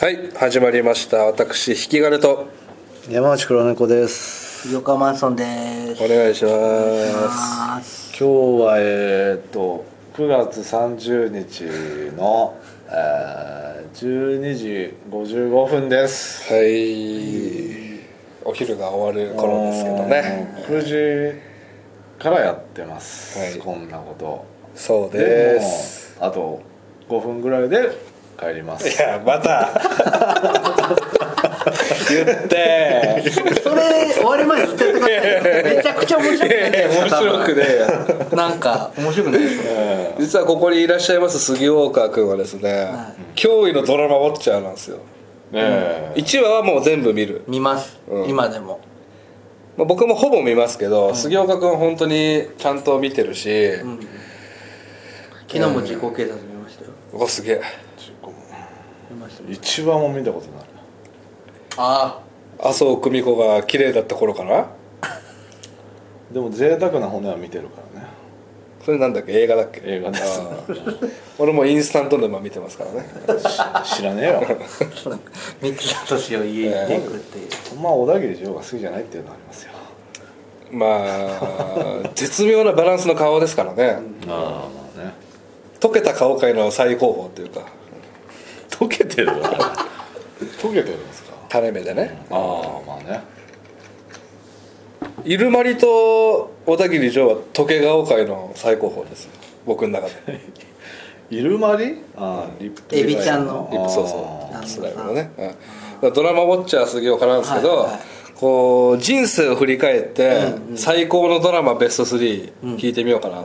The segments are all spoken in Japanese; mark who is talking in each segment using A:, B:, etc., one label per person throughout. A: はい始まりました私引き金と
B: 山内黒猫です
C: 横浜マンソンです
A: お願いします
B: 今日はえーっと9月30日の、えー、12時55分です
A: はいお昼が終わる頃ですけどね
B: うん9時からやってます、
A: はい
B: こんなこと
A: そうです
B: もうあと5分ぐらいで帰りま
A: い
B: す
A: やまた言って
C: それ終わりまでずっとやってくださいよめちゃくちゃ面白くないです
A: 面
C: か
A: 白くねえ
C: 多分なんか面白くないですか
A: や 実はここにいらっしゃいます杉岡君はですね、驚異のドラマウォッチャーなんですよ
B: ねえ
A: 1話はもう全部見る、
C: 見ます、
A: うん
C: 今でも
A: まあ、僕もほぼ見ますけど、杉岡君は本当にちゃんと見てるし、
C: 昨日も自己警察見ましたよ
A: うわすげえ
C: 見ました
B: 一話も見たことない
C: あ
A: 麻生久美子が綺麗だった頃かな
B: でも贅沢な骨は見てるからね
A: それなんだっけ映画だっけ
B: 映画です
A: あー俺もインスタント沼見てますからね
B: し知らねえよ
C: あ三木聡を家にね行くっていう
B: まあ小田切城が好きじゃないっていうのはありますよ
A: まあ絶妙なバランスの顔ですからね
B: ああまあね
A: 溶けた顔界の最高峰っていうか
B: 溶けてるわ 溶けてるんですか
A: 垂れ目でね
B: ああまあね
A: イルマリと小田切城は溶け顔界の最高峰ですよ僕の中で
B: イルマリああリップ
C: エビちゃんの
A: リップそうそうリ
B: あー
A: ップスライムのね、うんだからドラマウォッチャー杉岡なんですけど、
C: はいはい
A: こう人生を振り返って最高のドラマベスト3聞いてみようかな、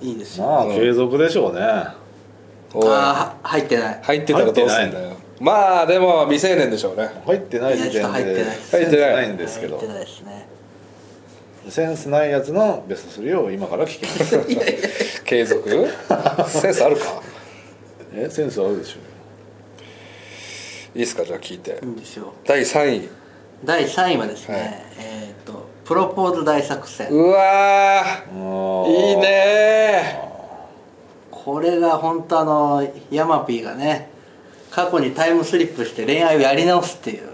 C: いいですよ
B: まあ継続でしょうね
A: おい
C: ああ入ってない
A: 入ってたらどうすんだよまあでも未成年でしょうね
B: 入ってない時点
C: いやちょっと入 って
B: で
C: な
A: 入
C: い
A: ってない
B: センスんですけど
C: 入ってないですね
B: センスないやつのベスト3を今から聞きます
A: 継続センスあるか
B: えセンスあるでしょ
A: いいっすかじゃあ聞いて
C: いいんですよ
A: 第3位
C: 第三位はですね、
A: はい
C: えっ、とプロポーズ大作戦
A: うわ
B: う
A: ー
B: ーん
A: いいね
C: これが本当あのヤマピーがね過去にタイムスリップして恋愛をやり直すってい
A: ー
C: う
A: う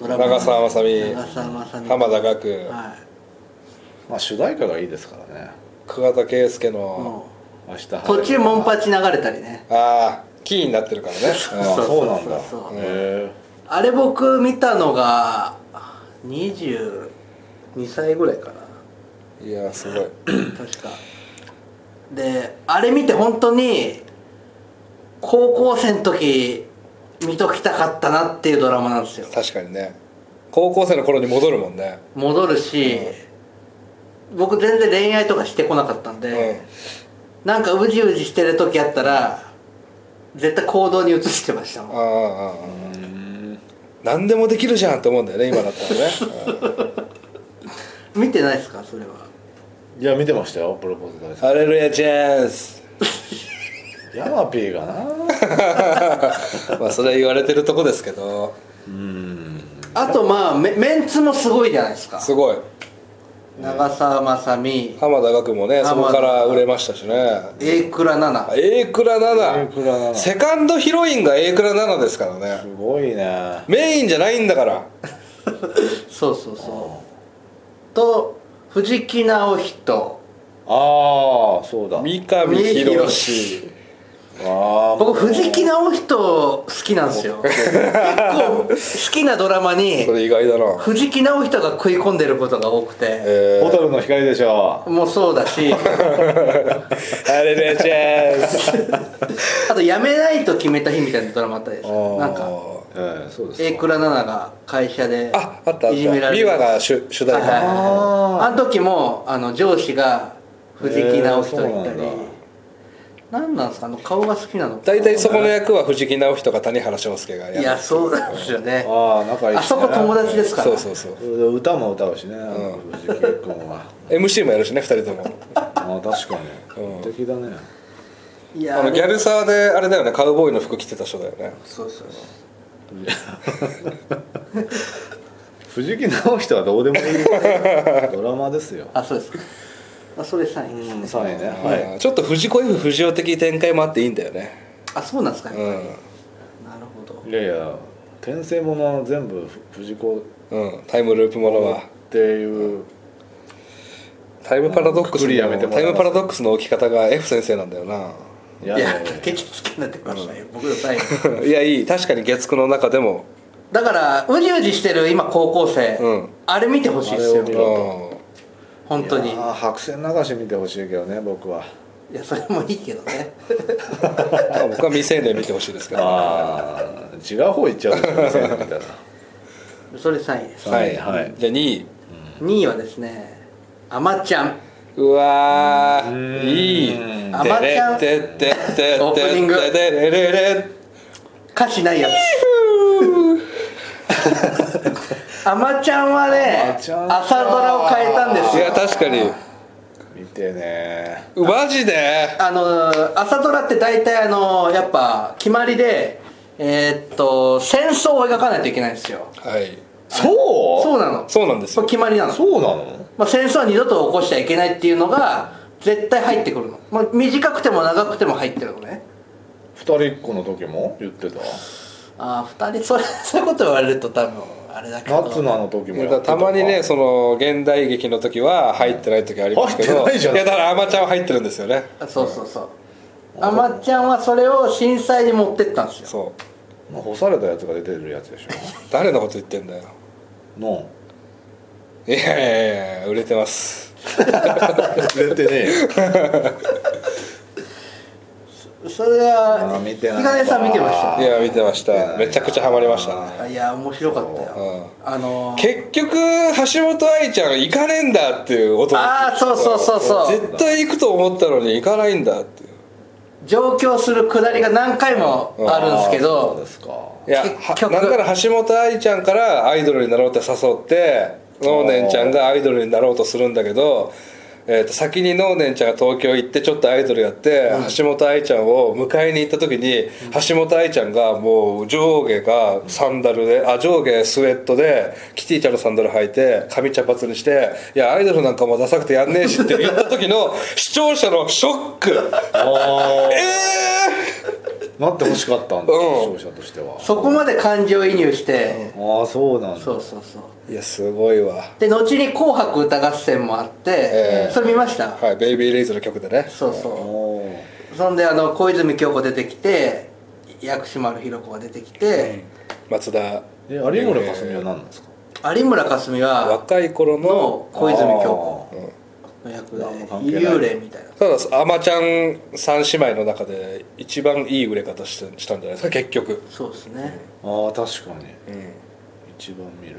C: ド
A: ん
C: ラマ
A: 長澤まさみ
C: 長澤まさみ
A: 浜田岳
C: はい
B: まあ主題歌がいいですからね
A: 桑田佳祐
C: も
A: の
B: 明日晴
C: う
B: れ
C: 途中モンパチ流れたりね
A: ああキーになってるからね
B: ああそうなんだへ
C: そうそうそう
B: え
C: あれ僕見たのが22歳ぐらいかな
A: うんいやーすごい
C: 確かであれ見て本当に高校生の時見ときたかったなっていうドラマなんですよ
A: 確かにね高校生の頃に戻るもんね
C: 戻るし、僕全然恋愛とかしてこなかったんで、なんかうじうじしてる時あったら絶対行動に移してました
A: あ
C: もん
A: あ何でもできるじゃんって思うんだよね今だったらねうん
C: 見てないですかそれはい
B: や見てましたよプロポーズ大好き
A: ハレルヤチャンス
B: ヤマピーがな
A: まあそれは言われてるとこですけど
C: あとまあメメンツもすごいじゃないですか
A: すごい
C: 長澤まさみ
A: 浜田岳もねそこから売れましたしね
C: A 倉奈々
A: A 倉
B: A 倉
A: 7
B: 7
A: セカンドヒロインが A 倉7ですからね
B: すごいね
A: メインじゃないんだから
C: そうそうそうと藤木直人
B: ああそうだ
A: 三上博史
B: ああ
C: 僕藤木直人好きなんですよ 結構好きなドラマに
A: それ意外だな
C: 藤木直人が食い込んでることが多くて
A: え
B: 蛍の光でしょ
C: もうそう だし
A: ー、ハレルヤチャンス
C: あと「辞めないと決めた日」みたいなドラマあったでしょなん
A: あ
C: か
A: ー
B: ええそうです
C: A 倉奈々が会社で
A: ああったあっ
C: いじめ
A: た
C: られ
A: 美
C: る
A: 和が主主
C: は
A: 題
C: いはいはい
A: 歌
C: あの時もあの上司が藤木直人いた
B: へーそ
C: り、
B: うなんだ
C: なんなんですかあの顔が好きなの
A: 大体そこの役は藤木直人か谷原章介がやる
C: いやそうなんですよね
B: ああ仲いい、ね、
C: あそこ友達ですから
A: そうそうそう
B: それで歌も歌うしね、藤木君は
A: MC もやるしね2人とも
B: ああ確かに、
A: うん
B: 敵だね
C: いや
A: あのギャルサーであれだよねカウボーイの服着てた人だよね
C: そうそうそう
B: 藤木直人はどうでもいい ドラマですよ
C: あそうですあそれ3位ですね、
B: 3位ねはい
A: うんちょっと藤子 F 不二雄的展開もあっていいんだよね
C: あそうなんですか、
A: うん
C: なるほこと
B: いやいや転生ものは全部藤子
A: うん、タイムループものは
B: っていう
A: タイムパラドックス
B: くくりやめて
A: の
B: も
A: タ
B: らえ
A: イ
B: ます
A: ムパラドックスの置き方が F 先生なんだよな
B: い
C: い
B: や
C: や竹内好きになってくださいよ、僕の最後
A: いやいい確かに月9の中でも
C: だからうじうじしてる今高校生、
A: うん
C: あれ見てほしいです
B: あ
C: よ
B: れを見ろ
A: う
C: 本当にい
B: いや
C: や
B: ー白線流し見てほしいけどね僕は
C: それもいいけどね
A: ん僕は未成年見てほしいですから
B: ああ違う方行っちゃうでしょ店みたいな
C: それ3位です
B: はいはい
A: じゃあ2位
C: 2位はですねあまちゃん
A: うわ
B: う
A: ー
B: ーん
A: いい
C: あまちゃん
A: てれてってって
C: オープニング
A: てれれれれ
C: 歌詞ないやつあまちゃんはね
B: あまちゃん
C: 朝ドラを変えたんです
A: い
C: よ
A: や確かに
B: 見てね
A: マジで
C: あのー朝ドラって大体あのーやっぱ決まりでえーっと戦争を描かないといけないんですよ
A: はい
B: そう
C: そうなの
A: そうなんです
C: こ
A: よ
C: れ決まりなの、
B: そうなの
C: まあ、戦争は二度と起こしちゃいけないっていうのが絶対入ってくるの、まあ、短くても長くても入ってるのね
B: 二人っ子の時も言ってた
C: ああ2人それ そういうこと言われると多分あれだけど
B: 夏菜の時
A: だ
B: もやっ
A: から
B: てた
A: たまにねその現代劇の時は入ってない時ありますけ
B: 入っ
A: ど
B: てないじゃん
A: やだからアマちゃんは入ってるんですよね
C: あそうそうそうあまっちゃんはそれを震災に持ってったんですよ
A: そう
B: 干されたやつが出てるやつでし
A: 誰のこと言ってんだよ
B: ょの
A: いやいやいや売れてます
B: 売れてね えよ
C: それは
B: あー見てない
C: ひがねさん見てました
B: あ
A: い
B: ー
A: や見てましためちゃくちゃハマりましたね
C: あいや面白かったよあのー
A: 結局橋本愛ちゃん行かねえんだっていう音
C: ああそうそうそうそう
A: 絶対行くと思ったのに行かないんだっていう
C: 上京するくだりが何回もあるんですけ
B: そう
C: ど
B: ですか
A: いや
C: 結
A: は
C: 局
A: なんなら橋本愛ちゃんからアイドルになろうって誘って能年ちゃんがアイドルになろうとするんだけど、えー、と先に能年ちゃんが東京行ってちょっとアイドルやって、橋本愛ちゃんを迎えに行った時に、橋本愛ちゃんがもう上下がサンダルであ上下スウェットでキティちゃんのサンダル履いて髪茶髪にして「いやアイドルなんかもうダサくてやんねえし」って言った時の視聴者のショック
B: あ
A: え
B: ーなってほしかったんだ視
A: うん
B: 聴者としては
C: そこまで感情移入して
B: ああそうなんだ
C: そうそうそう
A: ー、いやすごいわ
C: で後に「紅白歌合戦」もあって
A: ええ
C: それ見ました
A: はいベイビー・レイズの曲でね
C: そう
B: お
C: そ
B: ー
C: うそんであの小泉今日子出てきて薬師丸ひろ子が出てきて
A: 松田
B: え有村架純は何なんですか
C: 有村架純は
A: 若い頃
C: の
A: の
C: 小泉今日子
B: あー
C: の役で
B: 何も関係ない
C: 幽霊みたいな
A: ただあまちゃん三姉妹の中で一番いい売れ方してしたんじゃないですか結局、
C: そうですね
B: あー確かに
A: うん、
B: 一番見る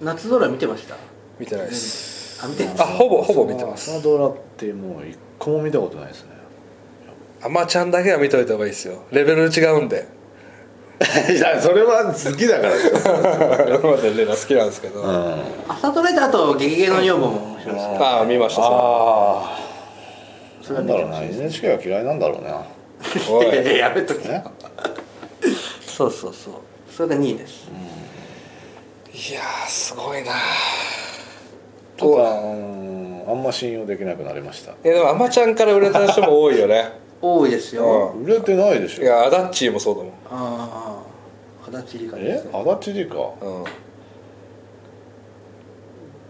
C: 夏空見てました
A: 見てないです
C: あ見てない
A: あほぼほぼ見てま
B: 朝
A: す
B: ドラってもう一個も見たことないですね
A: あまちゃんだけは見といた方がいいですよレベル違うんで
B: いやそれは好きだからですよ
A: 山田レナ好きなんですけど、
B: うん
C: 朝ドラだと「ゲゲゲの女房」も面白いです
A: ああ見ましたそ
B: あ
C: そ
B: あ
C: れ
B: な
C: は
B: んだろう
C: 見てま
B: な
C: し
B: NHK は嫌いなんだろうな
A: うおい
C: た やめとけ
B: ね
C: そうそうそうそれが2位です
A: いやーすごいな
B: ちょっとあのーあんま信用できなくなりました
A: えでもあまちゃんから売れた人も多いよね
C: 多いですよ
A: う
B: 売れてないでし
A: い
B: ょ
A: やアダッチーもそうだもん
C: ああ足立梨花で
B: え
C: すね
B: 足立梨花
A: うん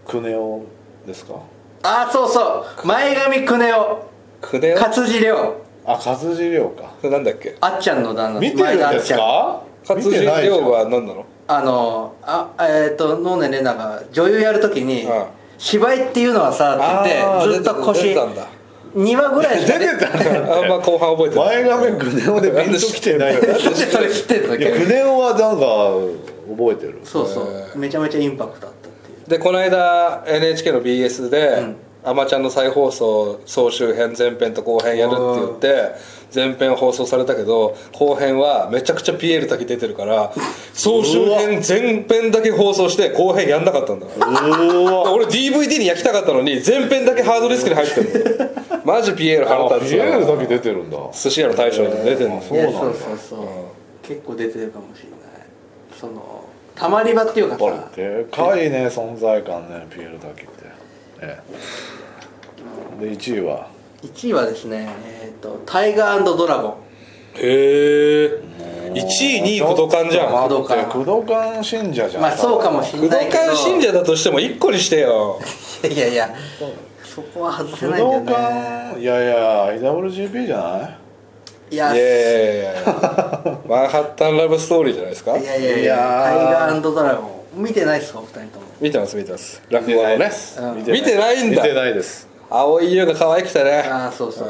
B: クネオですか
C: ああそうそう前髪くねお
A: クネオ
C: 勝地涼
B: あ勝地涼か
A: それなんだっけ
C: あっちゃんの旦那
B: 見てる
C: 前田
B: ん
C: あ
B: で
C: っ
B: す
C: ちゃん
B: か
A: 勝地涼は何なの
C: あのあえっ、ー、と能年玲奈が女優やるときに
A: うん
C: 芝居っていうのはさって
A: あー
C: 言ってずっと
A: 出
C: 腰
A: てたんだ
C: 2話ぐらいしか出て
B: たね
A: あんま後半覚えてない
B: 前髪クネオでピンときて ないよね
C: なんでそれ知ってんの
B: いやクネオはなんか覚えてる
C: そうそ
A: へ
C: うめちゃめちゃインパクトあったってい
A: で
C: う
A: この間 NHK の BS で
C: ん
A: 「あまちゃん」の再放送総集編前編と後編やるって言って前編放送されたけど後編はめちゃくちゃピエール滝出てるから総集編前編だけ放送して後編やんなかったんだ
B: うーわ
A: 俺 DVD に焼きたかったのに前編だけハードディスクに入ってるのマジピエール腹
B: あ
A: 立つ
B: 見える
A: わ
B: だけ出てるんだ
A: 寿司屋の大将に出てんの
B: そうなんだ
C: いやそうそうそう、結構出てるかもしれないそのたまり場っていうか
B: やっぱ
C: さ
B: りでかいね存在感ねピエール滝ってええで1位は
C: 1位はですねえっ、と「タイガードラゴン
A: へえ1位2位工藤館じゃん
B: まあ
C: 工藤館
B: 工藤館信者じゃん
C: まあそうかもし
A: 武
C: れ
A: 道
C: ないけど
A: 館信者だとしても1個にしてよ
C: いやいやそこは外せ
B: 武
C: ないんだよ
B: 道
C: ね
B: 館いやいや IWGP じゃない
C: い
A: いや
C: や
A: いやいやいや マンハッタンラブストーリーじゃないですか
C: いやいやい
B: いや
C: や
B: ー
C: タイガードラゴン見てないっすかお二人とも
A: 見てます見てます落語のね
C: うん
A: 見てないん
B: 見て
A: だ
B: ないです
A: 青い優が可愛くてね
C: ああそうそうそう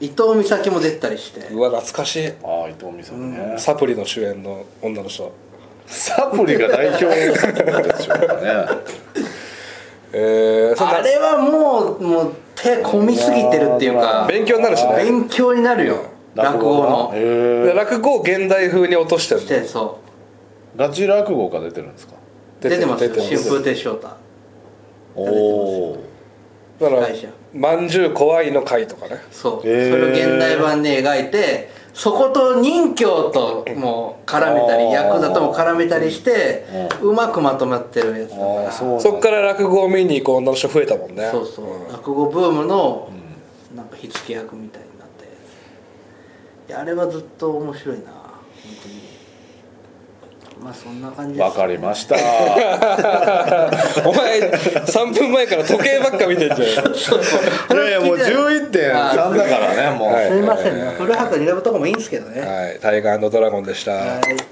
C: 伊藤美咲も出てたりして
A: うわ懐かしい
B: ああ伊藤美さんね
A: サプリの主演の女の人
B: サプリが代表でしょうかね
A: えー、そんな
C: あれはもうもう手込みすぎてるっていうか
A: 勉強になるしね
C: 勉強になるよ落語の
B: へ
A: で
B: え
A: 落語を現代風に落としてる
C: してそう
B: ガチ落語が出てるんですか
C: 出てますよ
A: 出て
C: 春
A: ます
C: 風亭昇太
B: おお
A: だから
C: 会社
A: 「まんじゅう怖い」の回とかね
C: そう、
B: へー
C: それを現代版で描いてそこと任侠とも絡めたり
B: あー
C: ヤクザとも絡めたりしてうまくまとまってるやつだから
B: ああそう
A: そっから落語を見に行く女の人増えたもんね
C: そ うそう、落語ブームのなんか火付け役みたいになったやついやあれはずっと面白いな本当にまあそんな感じ
B: わかり ま したい
A: お前3分前から時計ばっか見てんじゃん
B: やいやもう11.3だからねもう
A: はい
C: すみませんね古畑に選ぶとこもいいんですけどね
A: はい、タイガードラゴンでした。
C: はい